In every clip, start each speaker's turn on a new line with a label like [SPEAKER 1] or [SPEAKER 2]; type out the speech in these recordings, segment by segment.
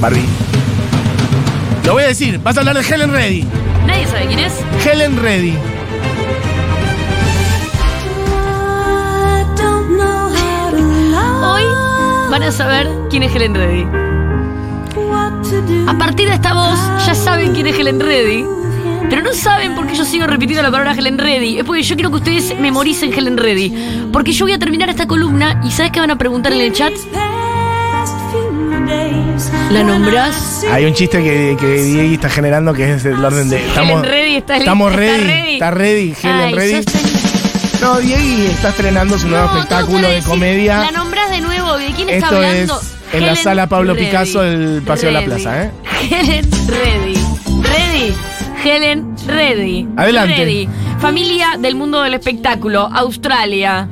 [SPEAKER 1] Barbie. Lo voy a decir, vas a hablar de Helen Reddy.
[SPEAKER 2] Nadie sabe quién es.
[SPEAKER 1] Helen Reddy.
[SPEAKER 2] Hoy van a saber quién es Helen Reddy. A partir de esta voz ya saben quién es Helen Reddy. Pero no saben por qué yo sigo repitiendo la palabra Helen Reddy. Es porque yo quiero que ustedes memoricen Helen Reddy. Porque yo voy a terminar esta columna y ¿sabes qué van a preguntar en el chat? ¿La nombrás?
[SPEAKER 1] Hay un chiste que, que Diego está generando que es del orden de. Estamos,
[SPEAKER 2] Helen Reddy está
[SPEAKER 1] estamos
[SPEAKER 2] lista, está
[SPEAKER 1] ready.
[SPEAKER 2] ready.
[SPEAKER 1] Está ready, Helen
[SPEAKER 2] Ay,
[SPEAKER 1] Reddy.
[SPEAKER 2] ya está-
[SPEAKER 1] No, Diego está estrenando su nuevo
[SPEAKER 2] No, tengo
[SPEAKER 1] espectáculo
[SPEAKER 2] para
[SPEAKER 1] de
[SPEAKER 2] decir,
[SPEAKER 1] comedia.
[SPEAKER 2] La nombrás de nuevo. ¿De quién está
[SPEAKER 1] Esto es
[SPEAKER 2] hablando?
[SPEAKER 1] en la
[SPEAKER 2] Helen
[SPEAKER 1] sala Pablo
[SPEAKER 2] Reddy.
[SPEAKER 1] Picasso del Paseo de la
[SPEAKER 2] Reddy.
[SPEAKER 1] Plaza, ¿eh?
[SPEAKER 2] Helen Reddy. Reddy. Helen Reddy.
[SPEAKER 1] Adelante.
[SPEAKER 2] Reddy. Familia del mundo del espectáculo, Australia.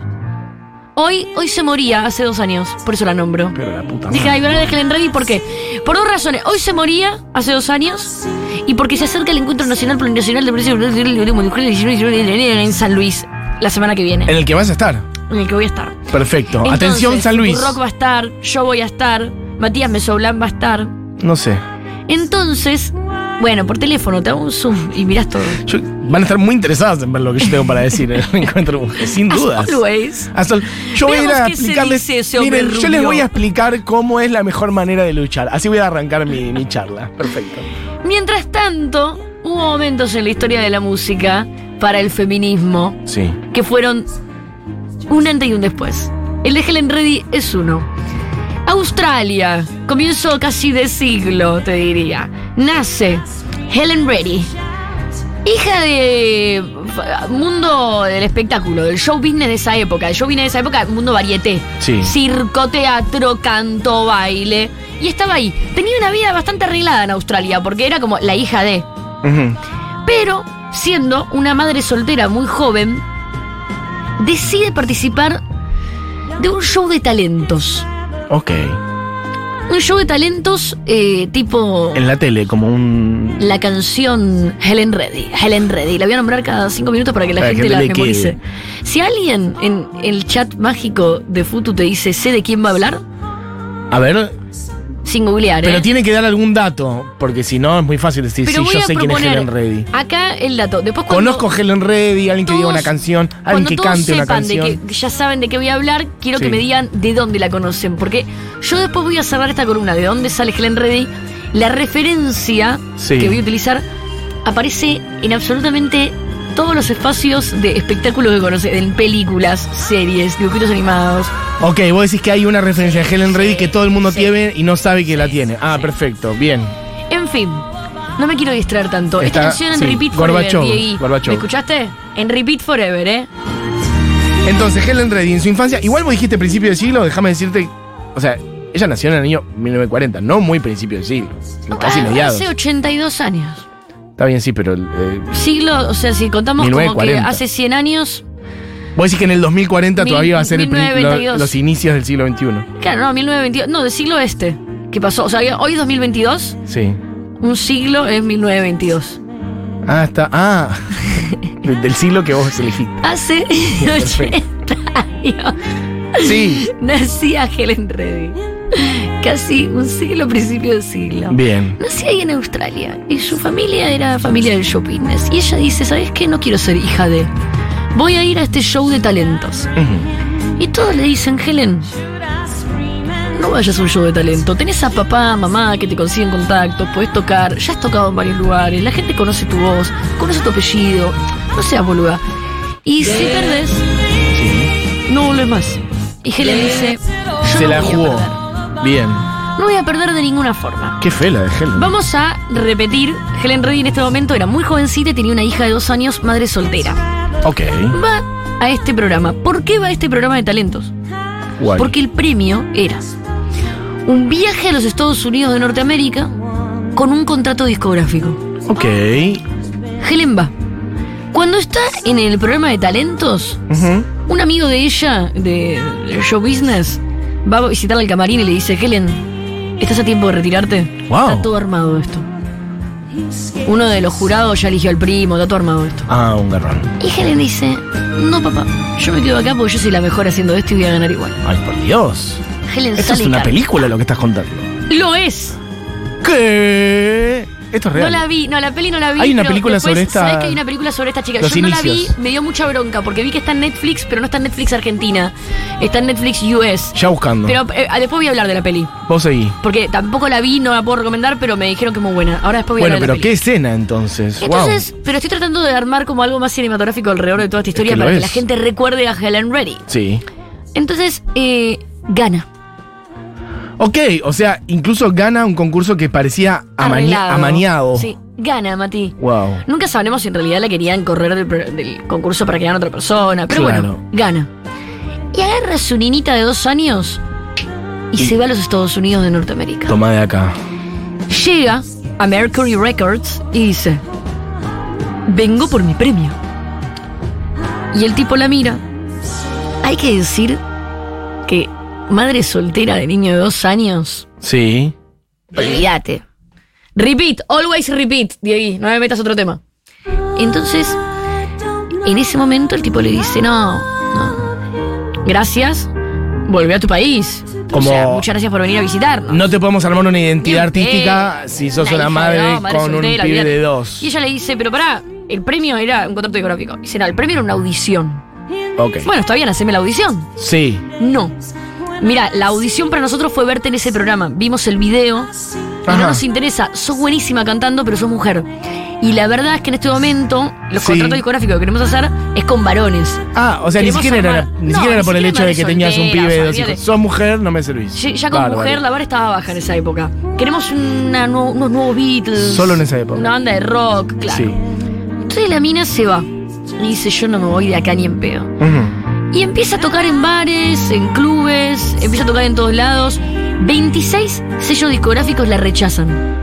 [SPEAKER 2] Hoy, hoy se moría hace dos años, por eso la nombro.
[SPEAKER 1] Pero la puta
[SPEAKER 2] Dije,
[SPEAKER 1] madre.
[SPEAKER 2] ay, voy a hablar de Helen Reddy, ¿por qué? Por dos razones. Hoy se moría, hace dos años, y porque se acerca el Encuentro Nacional Plurinacional de Mujeres en San Luis la semana que viene,
[SPEAKER 1] En el que vas a estar.
[SPEAKER 2] en el que voy a estar.
[SPEAKER 1] Perfecto.
[SPEAKER 2] Entonces,
[SPEAKER 1] Atención, San Luis.
[SPEAKER 2] Rock va a estar, yo voy a estar, Matías Mesoblán va a estar.
[SPEAKER 1] No sé.
[SPEAKER 2] Entonces, bueno, por teléfono te hago un zoom y mirás todo.
[SPEAKER 1] Yo- van a estar muy interesadas en ver lo que yo tengo para decir en el encuentro. Sin
[SPEAKER 2] As
[SPEAKER 1] dudas.
[SPEAKER 2] always.
[SPEAKER 1] Hasta el- yo voy a ir
[SPEAKER 2] Veamos
[SPEAKER 1] a
[SPEAKER 2] qué se
[SPEAKER 1] explicarles.
[SPEAKER 2] dice ese hombre
[SPEAKER 1] miren, yo les
[SPEAKER 2] rubio.
[SPEAKER 1] voy a explicar cómo es la mejor manera de luchar. Así voy a arrancar mi, mi charla. Perfecto.
[SPEAKER 2] Mientras tanto, hubo momentos en la historia de la música para el feminismo
[SPEAKER 1] Sí.
[SPEAKER 2] que fueron un antes y un después. El de Helen Reddy es uno. Australia, comienzo casi de siglo, te diría. Nace Helen Reddy, hija de f- mundo del espectáculo, del show business de esa época. El show business de esa época, mundo varieté.
[SPEAKER 1] Sí.
[SPEAKER 2] Circo, teatro, canto, baile. Y estaba ahí. Tenía una vida bastante arreglada en Australia, porque era como la hija de.
[SPEAKER 1] Ujú.
[SPEAKER 2] Pero, siendo una madre soltera muy joven, decide participar de un show de talentos.
[SPEAKER 1] Ok.
[SPEAKER 2] Un show de talentos eh, tipo
[SPEAKER 1] En la tele, como un.
[SPEAKER 2] la canción Helen Reddy. Helen Reddy. La voy a nombrar cada cinco minutos para que la
[SPEAKER 1] Para
[SPEAKER 2] gente
[SPEAKER 1] que
[SPEAKER 2] la
[SPEAKER 1] le quede.
[SPEAKER 2] memorice. Si alguien en el chat mágico de Futu te dice, sé de quién va a hablar,
[SPEAKER 1] A ver,
[SPEAKER 2] sin googlear.
[SPEAKER 1] pero
[SPEAKER 2] ¿eh?
[SPEAKER 1] tiene que dar algún dato, porque si no es muy fácil decir
[SPEAKER 2] Pero
[SPEAKER 1] si
[SPEAKER 2] voy
[SPEAKER 1] yo
[SPEAKER 2] a
[SPEAKER 1] sé quién es
[SPEAKER 2] proponer
[SPEAKER 1] Helen Reddy.
[SPEAKER 2] Acá el dato. Después cuando-
[SPEAKER 1] Conozco a Helen Reddy, alguien que diga
[SPEAKER 2] todos-
[SPEAKER 1] una canción, alguien
[SPEAKER 2] Cuando
[SPEAKER 1] que
[SPEAKER 2] todos
[SPEAKER 1] cante una
[SPEAKER 2] sepan
[SPEAKER 1] canción.
[SPEAKER 2] de que ya saben de qué voy a hablar, quiero que
[SPEAKER 1] Sí.
[SPEAKER 2] me digan de dónde la conocen, porque yo después voy a cerrar esta columna de dónde sale Helen Reddy. La referencia
[SPEAKER 1] Sí.
[SPEAKER 2] que voy a utilizar aparece en absolutamente todos los espacios de espectáculos que conocen, en películas, series, dibujitos animados.
[SPEAKER 1] Ok, vos decís que hay una referencia de Helen Reddy
[SPEAKER 2] Sí,
[SPEAKER 1] que todo el mundo
[SPEAKER 2] sí,
[SPEAKER 1] tiene y no sabe que la tiene. Ah, perfecto, bien.
[SPEAKER 2] En fin, no me quiero distraer tanto.
[SPEAKER 1] Está-
[SPEAKER 2] Esta canción en
[SPEAKER 1] sí,
[SPEAKER 2] Repeat
[SPEAKER 1] Gorbachev,
[SPEAKER 2] Forever, Diegui.
[SPEAKER 1] Gorbachev.
[SPEAKER 2] ¿Me escuchaste? En Repeat Forever, ¿eh?
[SPEAKER 1] Entonces, Helen Reddy en su infancia, igual vos dijiste principio de siglo, déjame decirte, o sea, ella nació en el año 1940, no muy principio de siglo, sino casi mediados.
[SPEAKER 2] Ah, Hace 82 años.
[SPEAKER 1] Está bien, sí, pero eh,
[SPEAKER 2] siglo, o sea, si contamos como que
[SPEAKER 1] 1940.
[SPEAKER 2] hace 100 años,
[SPEAKER 1] vos decís que en el 2040
[SPEAKER 2] Mil-
[SPEAKER 1] todavía va a ser el prin- lo-
[SPEAKER 2] 1922.
[SPEAKER 1] los inicios del siglo XXI.
[SPEAKER 2] claro, no, 1922, no, del siglo este, que pasó, o sea, hoy 2022,
[SPEAKER 1] Sí.
[SPEAKER 2] un siglo es 1922.
[SPEAKER 1] Ah, está. Ah. Del del siglo que vos elegiste.
[SPEAKER 2] Hace
[SPEAKER 1] Perfecto.
[SPEAKER 2] 80 años
[SPEAKER 1] Sí.
[SPEAKER 2] nacía Helen Reddy. Casi un siglo, principio del siglo.
[SPEAKER 1] Bien.
[SPEAKER 2] Nací ahí en Australia y su familia era familia del show business. Y ella dice, ¿sabes qué? No quiero ser hija de... Voy a ir a este show de talentos.
[SPEAKER 1] Ujú.
[SPEAKER 2] Y todos le dicen, Helen, no vayas a un show de talento. Tenés a papá, mamá que te consiguen contactos, podés tocar, ya has tocado en varios lugares, la gente conoce tu voz, conoce tu apellido, no seas boluda. Y si perdés, no volvés más. Y Helen dice, yo
[SPEAKER 1] Se
[SPEAKER 2] no
[SPEAKER 1] la
[SPEAKER 2] voy a
[SPEAKER 1] jugó.
[SPEAKER 2] perder.
[SPEAKER 1] Bien.
[SPEAKER 2] No voy a perder de ninguna forma.
[SPEAKER 1] Qué fe la de Helen.
[SPEAKER 2] Vamos a repetir, Helen Reddy en este momento era muy jovencita y tenía una hija de dos años, madre soltera.
[SPEAKER 1] Ok.
[SPEAKER 2] Va a este programa. ¿Por qué va a este programa de talentos?
[SPEAKER 1] Guay.
[SPEAKER 2] Porque el premio era un viaje a los Estados Unidos de Norteamérica con un contrato discográfico.
[SPEAKER 1] Ok.
[SPEAKER 2] Helen va. Cuando está en el programa de talentos,
[SPEAKER 1] Ujú.
[SPEAKER 2] un amigo de ella, de del show business, va a visitarla al camarín y le dice, Helen, ¿estás a tiempo de retirarte?
[SPEAKER 1] Wow.
[SPEAKER 2] Está todo armado esto. Uno de los jurados ya eligió al primo, está todo armado esto.
[SPEAKER 1] Ah, un garrón.
[SPEAKER 2] Y Helen dice, no papá, yo me quedo acá porque yo soy la mejor haciendo esto y voy a ganar igual.
[SPEAKER 1] Ay, por Dios.
[SPEAKER 2] Helen
[SPEAKER 1] Esto
[SPEAKER 2] sale
[SPEAKER 1] es
[SPEAKER 2] y
[SPEAKER 1] una
[SPEAKER 2] canta.
[SPEAKER 1] película lo que estás contando.
[SPEAKER 2] Lo es.
[SPEAKER 1] ¿Qué? Esto es real.
[SPEAKER 2] No la vi, no, la peli no la vi.
[SPEAKER 1] Hay una
[SPEAKER 2] pero
[SPEAKER 1] película
[SPEAKER 2] después,
[SPEAKER 1] sobre esta-
[SPEAKER 2] ¿Sabes que hay una película sobre esta chica?
[SPEAKER 1] Los
[SPEAKER 2] Yo no la
[SPEAKER 1] inicios.
[SPEAKER 2] vi, me dio mucha bronca porque vi que está en Netflix, pero no está en Netflix Argentina. Está en Netflix US.
[SPEAKER 1] Ya buscando.
[SPEAKER 2] Pero eh, después voy a hablar de la peli.
[SPEAKER 1] Vos seguí.
[SPEAKER 2] Porque tampoco la vi, no la puedo recomendar, pero me dijeron que es muy buena. Ahora después voy
[SPEAKER 1] Bueno,
[SPEAKER 2] a hablar
[SPEAKER 1] pero
[SPEAKER 2] de la
[SPEAKER 1] ¿qué
[SPEAKER 2] peli.
[SPEAKER 1] escena entonces?
[SPEAKER 2] Entonces,
[SPEAKER 1] wow.
[SPEAKER 2] pero estoy tratando de armar como algo más cinematográfico alrededor de toda esta historia
[SPEAKER 1] que lo
[SPEAKER 2] para que
[SPEAKER 1] es.
[SPEAKER 2] la gente recuerde a Helen Reddy.
[SPEAKER 1] Sí.
[SPEAKER 2] Entonces, eh, gana.
[SPEAKER 1] Ok, o sea, incluso gana un concurso que parecía amani-
[SPEAKER 2] Arreglado.
[SPEAKER 1] amañado.
[SPEAKER 2] Sí, gana, Mati.
[SPEAKER 1] Wow.
[SPEAKER 2] Nunca sabremos si en realidad la querían correr del, pro- del concurso para que gane otra persona, pero
[SPEAKER 1] Claro.
[SPEAKER 2] bueno, gana. Y agarra a su ninita de dos años y,
[SPEAKER 1] Y-
[SPEAKER 2] se va a los Estados Unidos de Norteamérica.
[SPEAKER 1] Toma de acá.
[SPEAKER 2] Llega a Mercury Records y dice, vengo por mi premio. Y el tipo la mira. Hay que decir que madre soltera de niño de dos años,
[SPEAKER 1] Sí.
[SPEAKER 2] Olvídate. Repeat, always repeat, Diegui, no me metas otro tema. Entonces, en ese momento el tipo le dice, no, no. Gracias, volvé a tu país.
[SPEAKER 1] Como-
[SPEAKER 2] O sea, muchas gracias por venir a visitarnos.
[SPEAKER 1] No te podemos armar una identidad
[SPEAKER 2] Bien,
[SPEAKER 1] artística
[SPEAKER 2] eh,
[SPEAKER 1] si sos
[SPEAKER 2] la
[SPEAKER 1] una
[SPEAKER 2] hija
[SPEAKER 1] madre,
[SPEAKER 2] de- no, madre
[SPEAKER 1] con
[SPEAKER 2] soltera,
[SPEAKER 1] un pibe
[SPEAKER 2] olvídate.
[SPEAKER 1] de dos.
[SPEAKER 2] Y ella le dice, pero pará, el premio era un contrato discográfico. Dice, no, el premio era una audición.
[SPEAKER 1] Ok.
[SPEAKER 2] Bueno, está bien, haceme la audición.
[SPEAKER 1] Sí.
[SPEAKER 2] No. Mira, la audición para nosotros fue verte en ese programa. Vimos el video. Y
[SPEAKER 1] Ajá.
[SPEAKER 2] no nos interesa. Sos buenísima cantando, pero sos mujer. Y la verdad es que en este momento, los
[SPEAKER 1] Sí.
[SPEAKER 2] contratos discográficos que queremos hacer es con varones.
[SPEAKER 1] Ah, o sea, ni
[SPEAKER 2] Queremos
[SPEAKER 1] siquiera, era,
[SPEAKER 2] armar-
[SPEAKER 1] ni
[SPEAKER 2] No,
[SPEAKER 1] siquiera era
[SPEAKER 2] ni
[SPEAKER 1] por el
[SPEAKER 2] siquiera
[SPEAKER 1] hecho de
[SPEAKER 2] madre
[SPEAKER 1] que tenías un
[SPEAKER 2] soltera,
[SPEAKER 1] pibe de
[SPEAKER 2] o sea,
[SPEAKER 1] dos hijos.
[SPEAKER 2] olvídate.
[SPEAKER 1] Sos mujer, no me servís.
[SPEAKER 2] Ya, ya con
[SPEAKER 1] Bárbaro.
[SPEAKER 2] mujer la vara estaba baja en esa época. Queremos una nu- unos nuevos Beatles.
[SPEAKER 1] Solo en esa época.
[SPEAKER 2] Una banda de rock, claro.
[SPEAKER 1] Sí.
[SPEAKER 2] Entonces la mina se va. Y dice, yo no me voy de acá ni en pedo.
[SPEAKER 1] Ujú.
[SPEAKER 2] Y empieza a tocar en bares, en clubes, empieza a tocar en todos lados. 26 sellos discográficos la rechazan.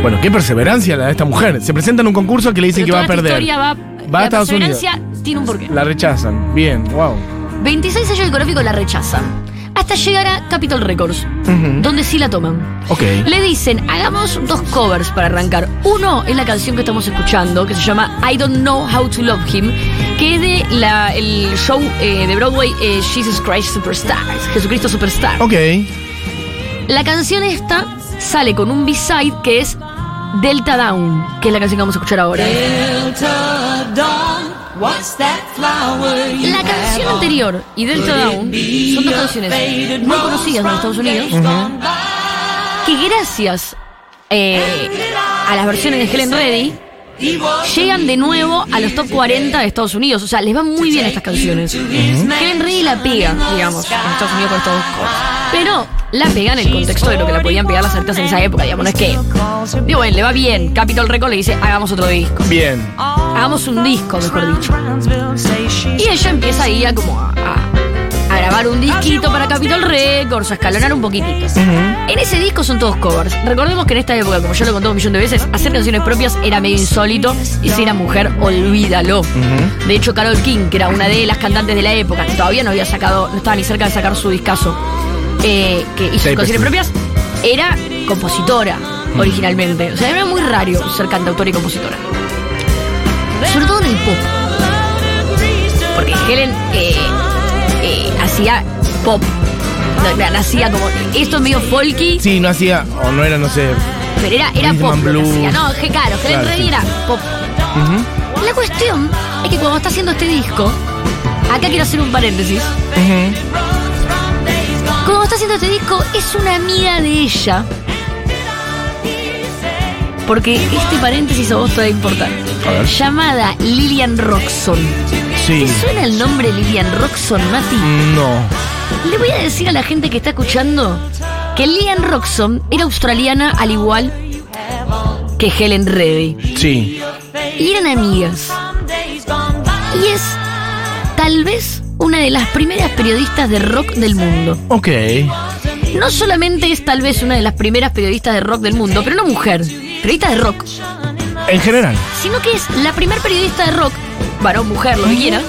[SPEAKER 1] Bueno, qué perseverancia la de esta mujer. Se presenta en un concurso que le dicen
[SPEAKER 2] Pero
[SPEAKER 1] que va
[SPEAKER 2] toda
[SPEAKER 1] a
[SPEAKER 2] esta
[SPEAKER 1] perder.
[SPEAKER 2] historia va,
[SPEAKER 1] a
[SPEAKER 2] la
[SPEAKER 1] Estados Unidos.
[SPEAKER 2] perseverancia tiene un porqué.
[SPEAKER 1] La rechazan. Bien, wow.
[SPEAKER 2] 26 sellos discográficos la rechazan. Hasta llegar a Capitol Records,
[SPEAKER 1] Ujú.
[SPEAKER 2] donde sí la toman.
[SPEAKER 1] Ok.
[SPEAKER 2] Le dicen, hagamos dos covers para arrancar. Uno es la canción que estamos escuchando, que se llama I Don't Know How to Love Him, que es de la, el show eh, de Broadway eh, Jesus Christ Superstar, Jesucristo Superstar.
[SPEAKER 1] Ok.
[SPEAKER 2] La canción esta sale con un B-side que es Delta Down, que es la canción que vamos a escuchar ahora.
[SPEAKER 3] Delta Dawn, what's that flower you
[SPEAKER 2] La canción anterior y Delta Down son dos canciones muy conocidas en Estados Unidos que gracias eh, a las versiones de Helen Reddy llegan de nuevo a los top 40 de Estados Unidos. O sea, les van muy bien estas canciones. Helen Reddy la pega, digamos, en Estados Unidos con estos dos covers. Pero la pega en el contexto de lo que la podían pegar las artistas en esa época, digamos, no es que... Digo, bueno, le va bien. Capitol Record le dice, hagamos otro disco.
[SPEAKER 1] Bien.
[SPEAKER 2] Hagamos un disco, mejor dicho. Y ella empieza ahí a como a, a- a grabar un disquito para Capitol Records, a escalonar un poquitito. En ese disco son todos covers. Recordemos que en esta época, como yo lo conté un millón de veces, hacer canciones propias era medio insólito y si era mujer, olvídalo. De hecho, Carol King, que era una de las cantantes de la época, que todavía no había sacado, no estaba ni cerca de sacar su discazo, eh, que hizo
[SPEAKER 1] Sí,
[SPEAKER 2] canciones
[SPEAKER 1] pues
[SPEAKER 2] propias, era compositora originalmente. O sea, era muy raro ser cantautora y compositora. Sobre todo en el pop porque Helen eh, eh, hacía pop. No, no, no hacía como. Esto es medio folky,
[SPEAKER 1] Sí, no hacía, o no era, no sé.
[SPEAKER 2] pero era, era
[SPEAKER 1] Rhythm
[SPEAKER 2] pop
[SPEAKER 1] and
[SPEAKER 2] lo que
[SPEAKER 1] blues.
[SPEAKER 2] hacía. No, que claro, Helen
[SPEAKER 1] Claro,
[SPEAKER 2] Reddy
[SPEAKER 1] sí.
[SPEAKER 2] era pop.
[SPEAKER 1] Ujú.
[SPEAKER 2] La cuestión es que cuando está haciendo este disco, acá quiero hacer un paréntesis.
[SPEAKER 1] Ujú.
[SPEAKER 2] Cuando está haciendo este disco, es una amiga de ella. Porque este paréntesis a vos te va a importar.
[SPEAKER 1] A ver.
[SPEAKER 2] Llamada Lillian Roxon.
[SPEAKER 1] Sí. Mm.
[SPEAKER 2] ¿Te suena el nombre Lillian Roxon, Mati?
[SPEAKER 1] No.
[SPEAKER 2] Le voy a decir a la gente que está escuchando que Lian Roxon era australiana al igual que Helen Reddy.
[SPEAKER 1] Sí.
[SPEAKER 2] Y eran amigas. Y es tal vez una de las primeras periodistas de rock del mundo.
[SPEAKER 1] Ok.
[SPEAKER 2] No solamente es tal vez una de las primeras periodistas de rock del mundo, pero no mujer, periodista de rock,
[SPEAKER 1] En general.
[SPEAKER 2] sino que es la primer periodista de rock, varón, mujer, lo que quieras,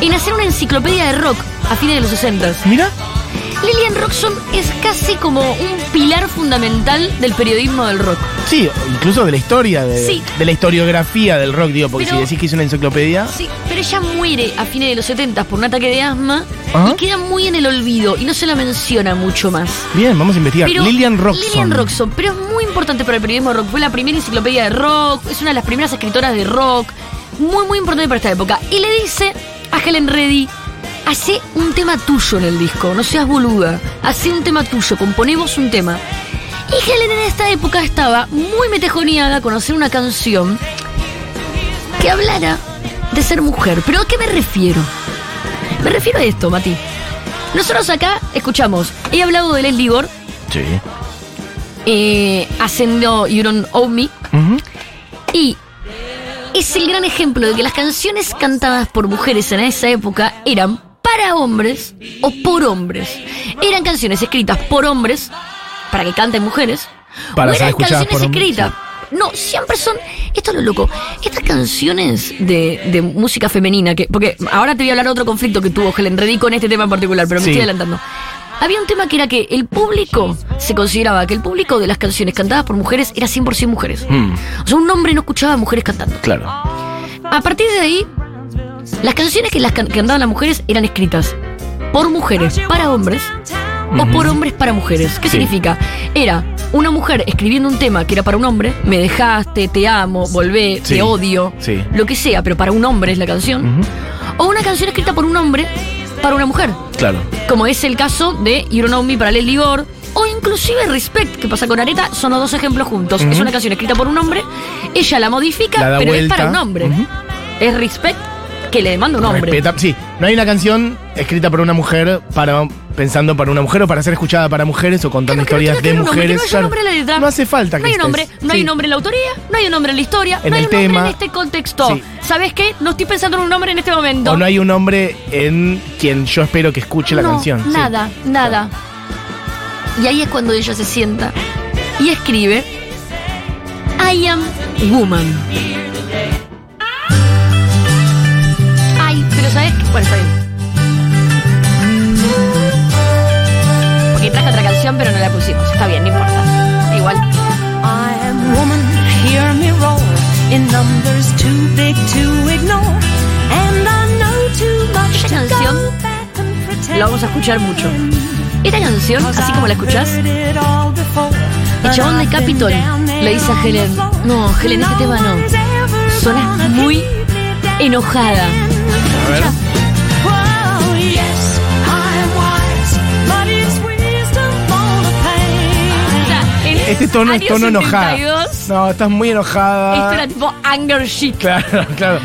[SPEAKER 2] en hacer una enciclopedia de rock a fines de los 60.
[SPEAKER 1] Mira.
[SPEAKER 2] Lillian Roxon es casi como un pilar fundamental del periodismo del rock.
[SPEAKER 1] Sí, incluso de la historia, de,
[SPEAKER 2] Sí.
[SPEAKER 1] de la historiografía del rock, digo, porque
[SPEAKER 2] Pero-
[SPEAKER 1] si decís que es una enciclopedia.
[SPEAKER 2] Sí, pero ella muere a fines de los 70 por un ataque de asma
[SPEAKER 1] Ajá.
[SPEAKER 2] y queda muy en el olvido y no se la menciona mucho más.
[SPEAKER 1] Bien, vamos a investigar.
[SPEAKER 2] Pero
[SPEAKER 1] Lillian Roxon.
[SPEAKER 2] Lillian Roxon, pero es muy importante para el periodismo de rock. Fue la primera enciclopedia de rock, es una de las primeras escritoras de rock. Muy, muy importante para esta época. Y le dice a Helen Reddy, hace un tema tuyo en el disco, no seas boluda. Hace un tema tuyo, componemos un tema. Y Helen en esta época estaba muy metejoneada con hacer una canción que hablara de ser mujer. ¿Pero a qué me refiero? Me refiero a esto, Mati. Nosotros acá escuchamos, he hablado de Leslie Gore,
[SPEAKER 1] Sí.
[SPEAKER 2] eh, haciendo You Don't Owe Me,
[SPEAKER 1] Ujú.
[SPEAKER 2] y es el gran ejemplo de que las canciones cantadas por mujeres en esa época eran para hombres o por hombres. Eran canciones escritas por hombres para que canten mujeres.
[SPEAKER 1] Para
[SPEAKER 2] o
[SPEAKER 1] ser
[SPEAKER 2] eran
[SPEAKER 1] escuchadas
[SPEAKER 2] canciones
[SPEAKER 1] por hombres,
[SPEAKER 2] escritas. No, siempre son. Esto es lo loco. Estas canciones de, de música femenina, que. Porque ahora te voy a hablar de otro conflicto que tuvo Helen Reddy con este tema en particular, pero me
[SPEAKER 1] Sí.
[SPEAKER 2] estoy adelantando. Había un tema que era que el público se consideraba que el público de las canciones cantadas por mujeres era 100% mujeres.
[SPEAKER 1] Mm,
[SPEAKER 2] O sea, un hombre no escuchaba a mujeres cantando.
[SPEAKER 1] claro.
[SPEAKER 2] A partir de ahí, las canciones que, las can- que cantaban las mujeres eran escritas por mujeres para hombres o por hombres para mujeres. ¿Qué
[SPEAKER 1] Sí.
[SPEAKER 2] significa? Era una mujer escribiendo un tema que era para un hombre, me dejaste, te amo, volvé,
[SPEAKER 1] Sí.
[SPEAKER 2] te odio,
[SPEAKER 1] Sí.
[SPEAKER 2] lo que sea, pero para un hombre es la canción. O una canción escrita por un hombre para una mujer,
[SPEAKER 1] Claro.
[SPEAKER 2] como es el caso de You Don't Know Me para Leslie Gore, o inclusive Respect, que pasa con Areta, son los dos ejemplos juntos. Es una canción escrita por un hombre, ella la modifica,
[SPEAKER 1] La da
[SPEAKER 2] pero
[SPEAKER 1] vuelta.
[SPEAKER 2] es para un hombre.
[SPEAKER 1] Ujú.
[SPEAKER 2] Es Respect que le demanda un hombre.
[SPEAKER 1] Respeta- sí, no hay una canción escrita por una mujer para pensando para una mujer o para ser escuchada para mujeres o contando
[SPEAKER 2] Claro, que no
[SPEAKER 1] historias
[SPEAKER 2] tiene
[SPEAKER 1] de
[SPEAKER 2] que haber un hombre, que
[SPEAKER 1] mujeres.
[SPEAKER 2] no haya
[SPEAKER 1] claro.
[SPEAKER 2] un hombre en la letra.
[SPEAKER 1] No hace falta que
[SPEAKER 2] No hay un
[SPEAKER 1] estés.
[SPEAKER 2] hombre, no hay
[SPEAKER 1] Sí.
[SPEAKER 2] un hombre en la autoría, no hay un hombre en la historia,
[SPEAKER 1] En
[SPEAKER 2] no hay
[SPEAKER 1] el
[SPEAKER 2] un hombre en
[SPEAKER 1] tema.
[SPEAKER 2] este contexto.
[SPEAKER 1] Sí.
[SPEAKER 2] ¿Sabes qué? No estoy pensando en un hombre en este momento.
[SPEAKER 1] O no hay un hombre en quien yo espero que escuche la
[SPEAKER 2] No,
[SPEAKER 1] canción. sí.
[SPEAKER 2] Nada, nada. Y ahí es cuando ella se sienta y escribe I am woman. Ay, pero ¿sabes qué? Bueno, está bien. Porque traje otra canción, pero no la pusimos. Está bien, no importa. Da Igual.
[SPEAKER 3] I am woman, hear me roar. In numbers too big to ignore. And I know too much
[SPEAKER 2] Esta
[SPEAKER 3] to
[SPEAKER 2] canción
[SPEAKER 3] go back and pretend.
[SPEAKER 2] la vamos a escuchar mucho. Esta canción,
[SPEAKER 3] Cause
[SPEAKER 2] así como la escuchás,
[SPEAKER 3] I've heard it all before.
[SPEAKER 2] el chabón de
[SPEAKER 3] And I've
[SPEAKER 2] Capitol
[SPEAKER 3] been down
[SPEAKER 2] le dice a
[SPEAKER 3] there
[SPEAKER 2] Helen,
[SPEAKER 3] on the floor.
[SPEAKER 2] no, Helen, este
[SPEAKER 3] No
[SPEAKER 2] tema no.
[SPEAKER 3] one's ever
[SPEAKER 2] Sonas
[SPEAKER 3] gonna
[SPEAKER 2] muy
[SPEAKER 3] keep me down.
[SPEAKER 2] enojada.
[SPEAKER 1] A ver.
[SPEAKER 3] Whoa, yes, I'm wise, but it's wisdom for the pain.
[SPEAKER 1] Este tono es tono enojada.
[SPEAKER 2] enojado.
[SPEAKER 1] No, estás muy
[SPEAKER 2] Esto
[SPEAKER 1] enojada.
[SPEAKER 2] era tipo anger shit.
[SPEAKER 1] Claro, claro.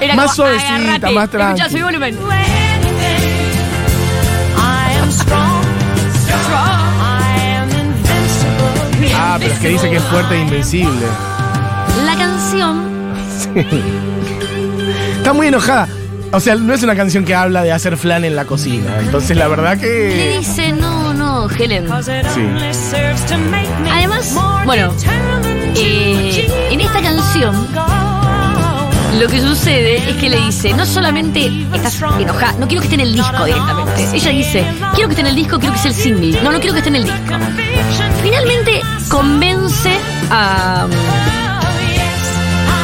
[SPEAKER 2] Era
[SPEAKER 1] más
[SPEAKER 2] como,
[SPEAKER 1] suavecita,
[SPEAKER 2] "Agárrate".
[SPEAKER 1] más tranqui.
[SPEAKER 2] Escuchá, subí volumen.
[SPEAKER 1] Ah, pero es que dice que es fuerte e invencible.
[SPEAKER 2] La canción.
[SPEAKER 1] Está muy enojada. O sea, no es una canción que habla de hacer flan en la cocina. Entonces, la verdad
[SPEAKER 2] Le
[SPEAKER 1] que.
[SPEAKER 2] dice, no, no, Helen.
[SPEAKER 3] Además, bueno,
[SPEAKER 2] eh,
[SPEAKER 3] eh,
[SPEAKER 2] en esta canción, lo que sucede es que le dice, no solamente estás enojada, no quiero que esté en el disco directamente. Ella dice, quiero que esté en el disco, quiero que sea el single. No, no quiero que esté en el disco. Finalmente convence a,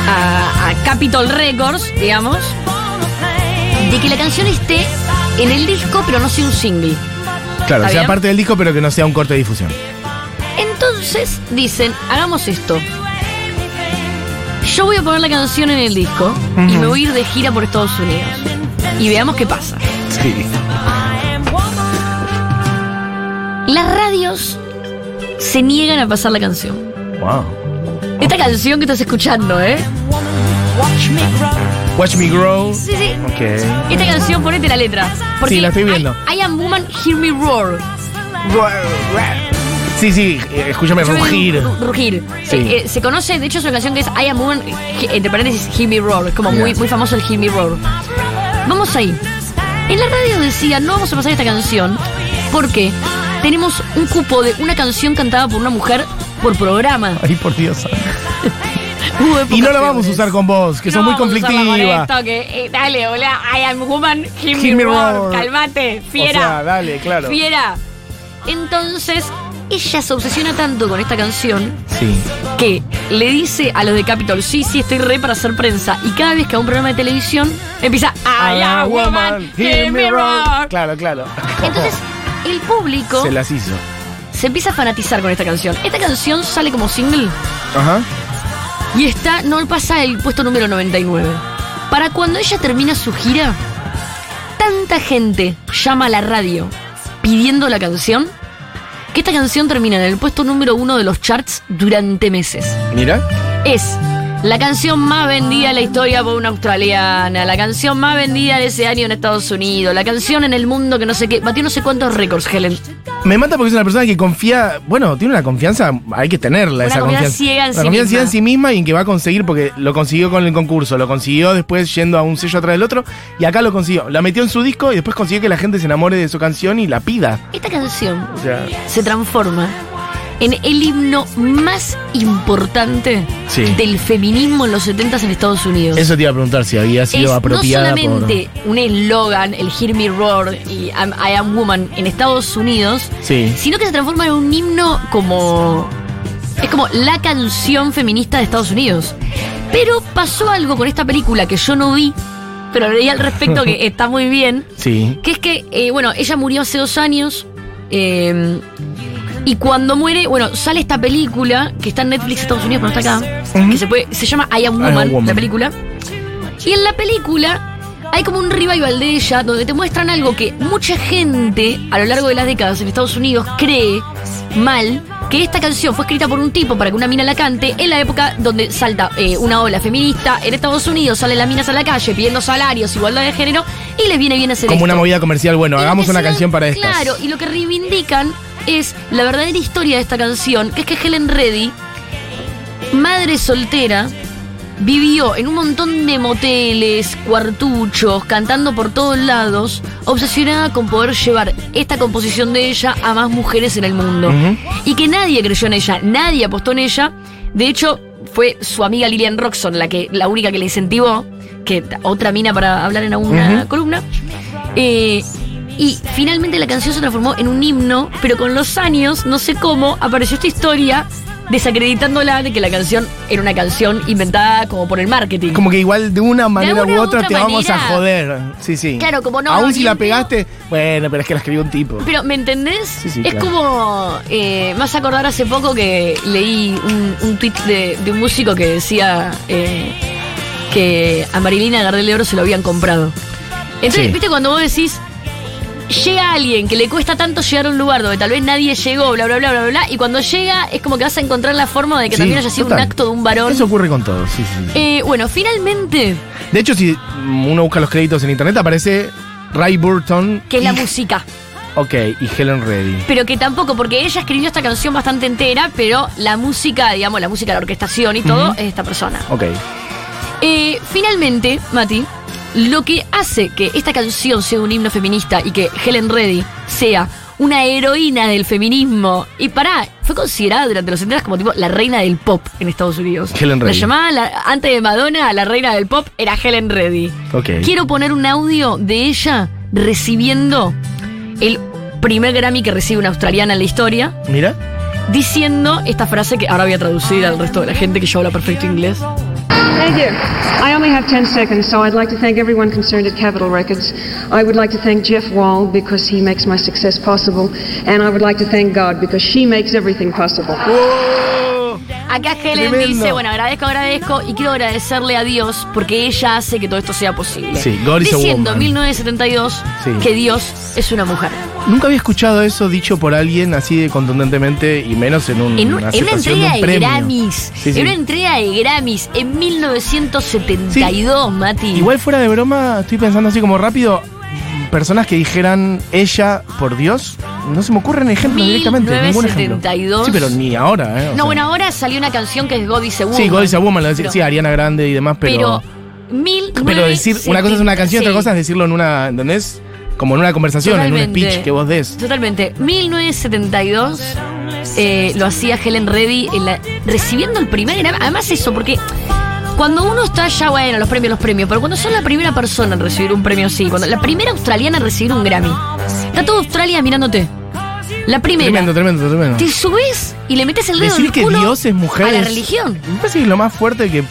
[SPEAKER 2] a, a Capitol Records, digamos, de que la canción esté en el disco, pero no sea un single.
[SPEAKER 1] Claro,
[SPEAKER 2] ¿Está
[SPEAKER 1] sea
[SPEAKER 2] bien?
[SPEAKER 1] parte del disco, pero que no sea un corte de difusión.
[SPEAKER 2] Entonces dicen, hagamos esto. Yo voy a poner la canción en el disco y me voy a ir de gira por Estados Unidos. Y veamos qué pasa.
[SPEAKER 1] Sí.
[SPEAKER 2] Las radios se niegan a pasar la canción.
[SPEAKER 1] Wow.
[SPEAKER 2] Esta canción que estás escuchando, ¿eh?
[SPEAKER 1] Watch me grow.
[SPEAKER 2] Sí, sí.
[SPEAKER 1] Ok.
[SPEAKER 2] Esta canción, ponete la letra. Porque
[SPEAKER 1] Sí, la estoy viendo.
[SPEAKER 2] I, I am woman, hear me roar.
[SPEAKER 1] Sí, sí, eh, escúchame rugir.
[SPEAKER 2] Ru- Rugir.
[SPEAKER 1] Sí.
[SPEAKER 2] Eh, eh, se conoce, de hecho, es una canción que es I am woman, he- entre paréntesis, hear me roar. Es como muy,
[SPEAKER 1] Mira.
[SPEAKER 2] muy famoso el hear me roar. Vamos ahí. En la radio decía, no vamos a pasar esta canción porque tenemos un cupo de una canción cantada por una mujer por programa.
[SPEAKER 1] Ay, por Dios.
[SPEAKER 2] Hubo épocas
[SPEAKER 1] Y no la
[SPEAKER 2] peores.
[SPEAKER 1] vamos a usar con vos, que
[SPEAKER 2] No
[SPEAKER 1] son muy
[SPEAKER 2] vamos a usarla con
[SPEAKER 1] conflictivas.
[SPEAKER 2] esto, que, eh, dale, hola, I am woman, hear
[SPEAKER 1] Hear
[SPEAKER 2] me
[SPEAKER 1] me
[SPEAKER 2] roar,
[SPEAKER 1] roar.
[SPEAKER 2] calmate,
[SPEAKER 1] O
[SPEAKER 2] fiera.
[SPEAKER 1] sea, dale, claro.
[SPEAKER 2] Fiera. Entonces, ella se obsesiona tanto con esta canción
[SPEAKER 1] Sí.
[SPEAKER 2] que le dice a los de Capitol, sí, sí, estoy re para hacer prensa. Y cada vez que a un programa de televisión empieza, I am woman, hear me roar.
[SPEAKER 1] Claro, claro.
[SPEAKER 2] Entonces, el público
[SPEAKER 1] Se las hizo.
[SPEAKER 2] se, se empieza a fanatizar con esta canción. Esta canción sale como single
[SPEAKER 1] Ajá.
[SPEAKER 2] y está, no pasa el puesto número 99. Para cuando ella termina su gira, tanta gente llama a la radio pidiendo la canción que esta canción termina en el puesto número uno de los charts durante meses.
[SPEAKER 1] Mira.
[SPEAKER 2] Es la canción más vendida en la historia por una australiana, la canción más vendida de ese año en Estados Unidos, la canción en el mundo que no sé qué, batió no sé cuántos récords, Helen.
[SPEAKER 1] Me mata porque es una persona que confía, bueno, tiene una confianza, hay que tenerla,
[SPEAKER 2] Una
[SPEAKER 1] esa
[SPEAKER 2] confianza
[SPEAKER 1] confianza.
[SPEAKER 2] ciega en
[SPEAKER 1] Una
[SPEAKER 2] sí
[SPEAKER 1] confianza
[SPEAKER 2] misma.
[SPEAKER 1] ciega en sí misma y en que va a conseguir, porque lo consiguió con el concurso, lo consiguió después yendo a un sello atrás del otro, y acá lo consiguió. La metió en su disco y después consiguió que la gente se enamore de su canción y la pida.
[SPEAKER 2] Esta canción
[SPEAKER 1] O sea,
[SPEAKER 2] se transforma en el himno más importante
[SPEAKER 1] Sí.
[SPEAKER 2] del feminismo en los 70 en Estados Unidos.
[SPEAKER 1] eso te iba a preguntar si había
[SPEAKER 2] es
[SPEAKER 1] sido
[SPEAKER 2] no
[SPEAKER 1] apropiada
[SPEAKER 2] solamente un eslogan, el Hear Me Roar y I'm- I Am Woman en Estados Unidos,
[SPEAKER 1] por. Sí.
[SPEAKER 2] sino que se transforma en un himno como. Es como la canción feminista de Estados Unidos. Pero pasó algo con esta película que yo no vi, pero leí al respecto que está muy bien.
[SPEAKER 1] Sí.
[SPEAKER 2] Que es que, eh, bueno, ella murió hace dos años. eh, y cuando muere, bueno, sale esta película que está en Netflix Estados Unidos, pero no está acá.
[SPEAKER 1] Ujú.
[SPEAKER 2] Que se, puede, se llama I Am
[SPEAKER 1] I Am
[SPEAKER 2] Woman, la
[SPEAKER 1] Woman.
[SPEAKER 2] película. Y en la película hay como un revival de ella donde te muestran algo que mucha gente a lo largo de las décadas en Estados Unidos cree mal. Que esta canción fue escrita por un tipo para que una mina la cante en la época donde salta eh, una ola feminista en Estados Unidos, salen las minas a la calle pidiendo salarios, igualdad de género y les viene bien hacer
[SPEAKER 1] Como una
[SPEAKER 2] esto.
[SPEAKER 1] movida comercial, bueno,
[SPEAKER 2] Y lo
[SPEAKER 1] hagamos
[SPEAKER 2] que
[SPEAKER 1] una
[SPEAKER 2] se dan-
[SPEAKER 1] canción para esto.
[SPEAKER 2] Claro, y lo que reivindican es la verdadera historia de esta canción, que es que Helen Reddy, madre soltera, vivió en un montón de moteles, cuartuchos, cantando por todos lados, obsesionada con poder llevar esta composición de ella a más mujeres en el mundo.
[SPEAKER 1] Ujú.
[SPEAKER 2] Y que nadie creyó en ella, nadie apostó en ella. De hecho, fue su amiga Lillian Roxon la, que, la única que le incentivó, que t- otra mina para hablar en alguna
[SPEAKER 1] Ujú.
[SPEAKER 2] columna. Eh, y finalmente la canción se transformó en un himno, pero con los años, no sé cómo, apareció esta historia desacreditándola de que la canción era una canción inventada como por el marketing.
[SPEAKER 1] Como que igual de una manera
[SPEAKER 2] alguna
[SPEAKER 1] u
[SPEAKER 2] u
[SPEAKER 1] otra,
[SPEAKER 2] otra
[SPEAKER 1] te vamos a
[SPEAKER 2] manera.
[SPEAKER 1] joder. Sí, sí.
[SPEAKER 2] Claro, como no,
[SPEAKER 1] Aún
[SPEAKER 2] no,
[SPEAKER 1] si
[SPEAKER 2] ni
[SPEAKER 1] la
[SPEAKER 2] en pedo.
[SPEAKER 1] pegaste, bueno, pero es que la escribió un tipo.
[SPEAKER 2] Pero, ¿me entendés?
[SPEAKER 1] Sí, sí,
[SPEAKER 2] es
[SPEAKER 1] claro.
[SPEAKER 2] como. Eh, me vas a acordar hace poco que leí un, un tweet de, de un músico que decía eh, que a Marilina Gardel de Oro se lo habían comprado. Entonces,
[SPEAKER 1] Sí.
[SPEAKER 2] ¿viste cuando vos decís.? Llega alguien que le cuesta tanto llegar a un lugar donde tal vez nadie llegó, bla, bla, bla, bla, bla, y cuando llega es como que vas a encontrar la forma de que
[SPEAKER 1] Sí,
[SPEAKER 2] también haya sido
[SPEAKER 1] total.
[SPEAKER 2] un acto de un varón.
[SPEAKER 1] Eso ocurre con todo, sí, sí. sí.
[SPEAKER 2] Eh, bueno, finalmente,
[SPEAKER 1] De hecho, si uno busca los créditos en internet, aparece Ray Burton.
[SPEAKER 2] que es la
[SPEAKER 1] y-
[SPEAKER 2] música.
[SPEAKER 1] Ok, y Helen Reddy.
[SPEAKER 2] Pero que tampoco, porque ella escribió esta canción bastante entera, pero la música, digamos, la música, la orquestación y todo, es esta persona.
[SPEAKER 1] Ok.
[SPEAKER 2] Eh, finalmente, Mati, lo que hace que esta canción sea un himno feminista y que Helen Reddy sea una heroína del feminismo, y pará, fue considerada durante los 70 como tipo la reina del pop en Estados Unidos.
[SPEAKER 1] Helen
[SPEAKER 2] La
[SPEAKER 1] Reddy.
[SPEAKER 2] llamada la- antes de Madonna, la reina del pop era Helen Reddy.
[SPEAKER 1] Ok.
[SPEAKER 2] Quiero poner un audio de ella recibiendo el primer Grammy que recibe una australiana en la historia,
[SPEAKER 1] Mira.
[SPEAKER 2] diciendo esta frase que ahora voy a traducir al resto de la gente que yo habla perfecto inglés.
[SPEAKER 4] Thank you. I only have 10 seconds, so I'd like to thank everyone concerned at Capitol Records. I would like to thank Jeff Wall because he makes my success possible, and I would like to thank God because she makes everything possible.
[SPEAKER 2] Oh. Acá Helen
[SPEAKER 1] Tremendo.
[SPEAKER 2] dice, bueno, agradezco, agradezco y quiero agradecerle a Dios porque ella hace que todo esto sea posible.
[SPEAKER 1] Sí, God is a
[SPEAKER 2] Diciendo en
[SPEAKER 1] woman.
[SPEAKER 2] 1972
[SPEAKER 1] Sí.
[SPEAKER 2] que Dios es una mujer.
[SPEAKER 1] Nunca había escuchado eso dicho por alguien así de contundentemente y menos en, un,
[SPEAKER 2] En, un-
[SPEAKER 1] una
[SPEAKER 2] en una
[SPEAKER 1] aceptación
[SPEAKER 2] entrega
[SPEAKER 1] de un
[SPEAKER 2] de,
[SPEAKER 1] premio.
[SPEAKER 2] Grammys.
[SPEAKER 1] Sí, sí.
[SPEAKER 2] En una entrega de Grammys en 1972, Mati.
[SPEAKER 1] Igual fuera de broma, estoy pensando así como rápido. Personas que dijeran ella por Dios, no se me ocurren ejemplos directamente. Ningún ejemplo.
[SPEAKER 2] 1972.
[SPEAKER 1] Sí, pero ni ahora, ¿eh? O sea,
[SPEAKER 2] No, bueno, ahora salió una canción que es God is a Woman.
[SPEAKER 1] Sí, God is a Woman, lo decía,
[SPEAKER 2] Pero-
[SPEAKER 1] sí, Ariana Grande y demás,
[SPEAKER 2] Pero,
[SPEAKER 1] pero. Pero decir, una cosa es una canción, otra cosa es decirlo en una, ¿entendés? Como en una conversación, en un
[SPEAKER 2] Totalmente.
[SPEAKER 1] speech que vos des.
[SPEAKER 2] Totalmente. 1972 eh, lo hacía Helen Reddy en la- recibiendo el primer Grammy. Además eso, porque cuando uno está ya, bueno, los premios, los premios, pero cuando son la primera persona en recibir un premio así, cuando la primera australiana en recibir un Grammy, está toda Australia mirándote. La primera.
[SPEAKER 1] Tremendo, tremendo, tremendo.
[SPEAKER 2] Te subes y le metes el dedo en
[SPEAKER 1] Decir
[SPEAKER 2] el
[SPEAKER 1] que
[SPEAKER 2] culo
[SPEAKER 1] Dios es mujer.
[SPEAKER 2] a la
[SPEAKER 1] es-
[SPEAKER 2] religión.
[SPEAKER 1] Me parece que es lo más fuerte que.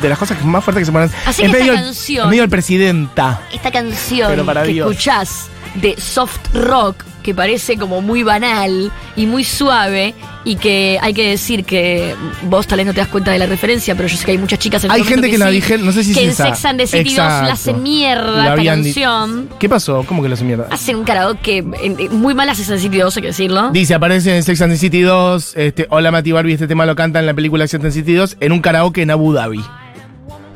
[SPEAKER 1] De las cosas que más fuertes que se ponen.
[SPEAKER 2] Así
[SPEAKER 1] en
[SPEAKER 2] que
[SPEAKER 1] medio
[SPEAKER 2] esta
[SPEAKER 1] del-
[SPEAKER 2] canción-
[SPEAKER 1] En medio del presidenta.
[SPEAKER 2] Esta canción
[SPEAKER 1] Pero para
[SPEAKER 2] que
[SPEAKER 1] Dios.
[SPEAKER 2] escuchás de soft rock que parece como muy banal y muy suave y que hay que decir que vos tal vez no te das cuenta de la referencia, pero yo sé que hay muchas chicas en
[SPEAKER 1] Hay
[SPEAKER 2] este momento
[SPEAKER 1] gente que la
[SPEAKER 2] sí,
[SPEAKER 1] dije, no sé si
[SPEAKER 2] que
[SPEAKER 1] es
[SPEAKER 2] en
[SPEAKER 1] esa.
[SPEAKER 2] Sex and the City 2 la hace
[SPEAKER 1] Exacto.
[SPEAKER 2] mierda
[SPEAKER 1] La
[SPEAKER 2] esta
[SPEAKER 1] habían di-
[SPEAKER 2] canción.
[SPEAKER 1] ¿Qué pasó? ¿Cómo que la hace mierda?
[SPEAKER 2] Hacen un karaoke en- en- muy mal a Sex and the City 2, hay que decirlo.
[SPEAKER 1] Dice, aparece en Sex and the City 2, este, Hola Mati Barbie, este tema lo canta en la película Sex and the City 2 en un karaoke en Abu Dhabi.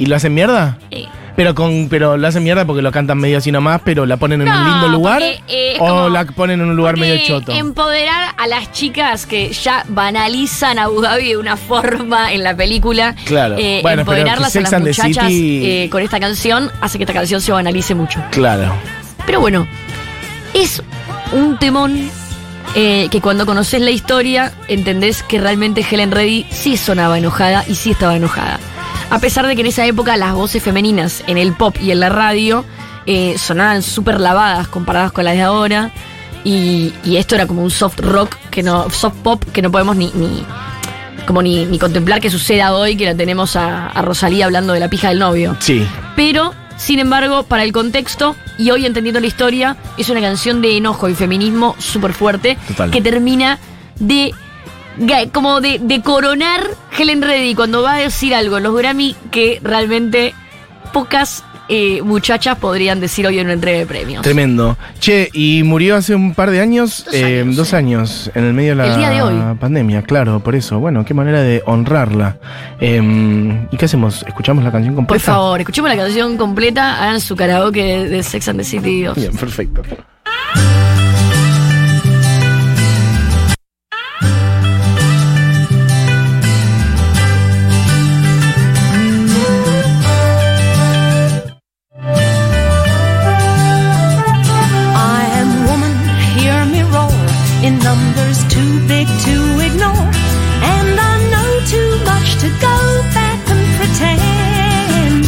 [SPEAKER 1] ¿Y lo hacen mierda?
[SPEAKER 2] Eh,
[SPEAKER 1] Pero con pero lo hacen mierda porque lo cantan medio así nomás, pero la ponen en
[SPEAKER 2] No,
[SPEAKER 1] un lindo lugar
[SPEAKER 2] porque, eh, es
[SPEAKER 1] o
[SPEAKER 2] como-
[SPEAKER 1] la ponen en un lugar medio
[SPEAKER 2] porque
[SPEAKER 1] choto.
[SPEAKER 2] Empoderar a las chicas que ya banalizan a Abu Dhabi de una forma en la película.
[SPEAKER 1] Claro.
[SPEAKER 2] eh,
[SPEAKER 1] Bueno, pero
[SPEAKER 2] empoderarlas a
[SPEAKER 1] Sex
[SPEAKER 2] las
[SPEAKER 1] and the
[SPEAKER 2] muchachas
[SPEAKER 1] City-
[SPEAKER 2] eh, con esta canción hace que esta canción se banalice mucho.
[SPEAKER 1] Claro.
[SPEAKER 2] Pero bueno, es un temón eh, que cuando conoces la historia entendés que realmente Helen Reddy sí sonaba enojada y sí estaba enojada. A pesar de que en esa época las voces femeninas en el pop y en la radio eh, sonaban súper lavadas comparadas con las de ahora. Y, y esto era como un soft rock, que no, soft pop que no podemos ni, ni- como ni, ni contemplar que suceda hoy, que la tenemos a- a Rosalía hablando de la pija del novio.
[SPEAKER 1] Sí.
[SPEAKER 2] Pero, sin embargo, para el contexto y hoy entendiendo la historia, es una canción de enojo y feminismo súper fuerte
[SPEAKER 1] Total.
[SPEAKER 2] que termina de ga- como de, de coronar Helen Reddy cuando va a decir algo en los Grammy que realmente pocas eh, muchachas podrían decir hoy en una entrega de premios.
[SPEAKER 1] Tremendo. Che, y murió hace un par de años,
[SPEAKER 2] Dos
[SPEAKER 1] eh,
[SPEAKER 2] años,
[SPEAKER 1] dos
[SPEAKER 2] eh.
[SPEAKER 1] años, en el medio de la
[SPEAKER 2] El día de hoy.
[SPEAKER 1] pandemia, claro, por eso. Bueno, qué manera de honrarla. Em, ¿Y qué hacemos? ¿Escuchamos la canción
[SPEAKER 2] Por
[SPEAKER 1] completa?
[SPEAKER 2] favor, escuchemos la canción completa, hagan su karaoke de, de Sex and the City 2.
[SPEAKER 1] Bien, perfecto.
[SPEAKER 3] I am woman, hear me roar in numbers too big to ignore. And I know too much to go back and pretend.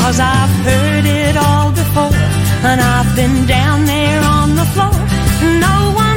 [SPEAKER 3] Cause I've heard it all before, and I've been down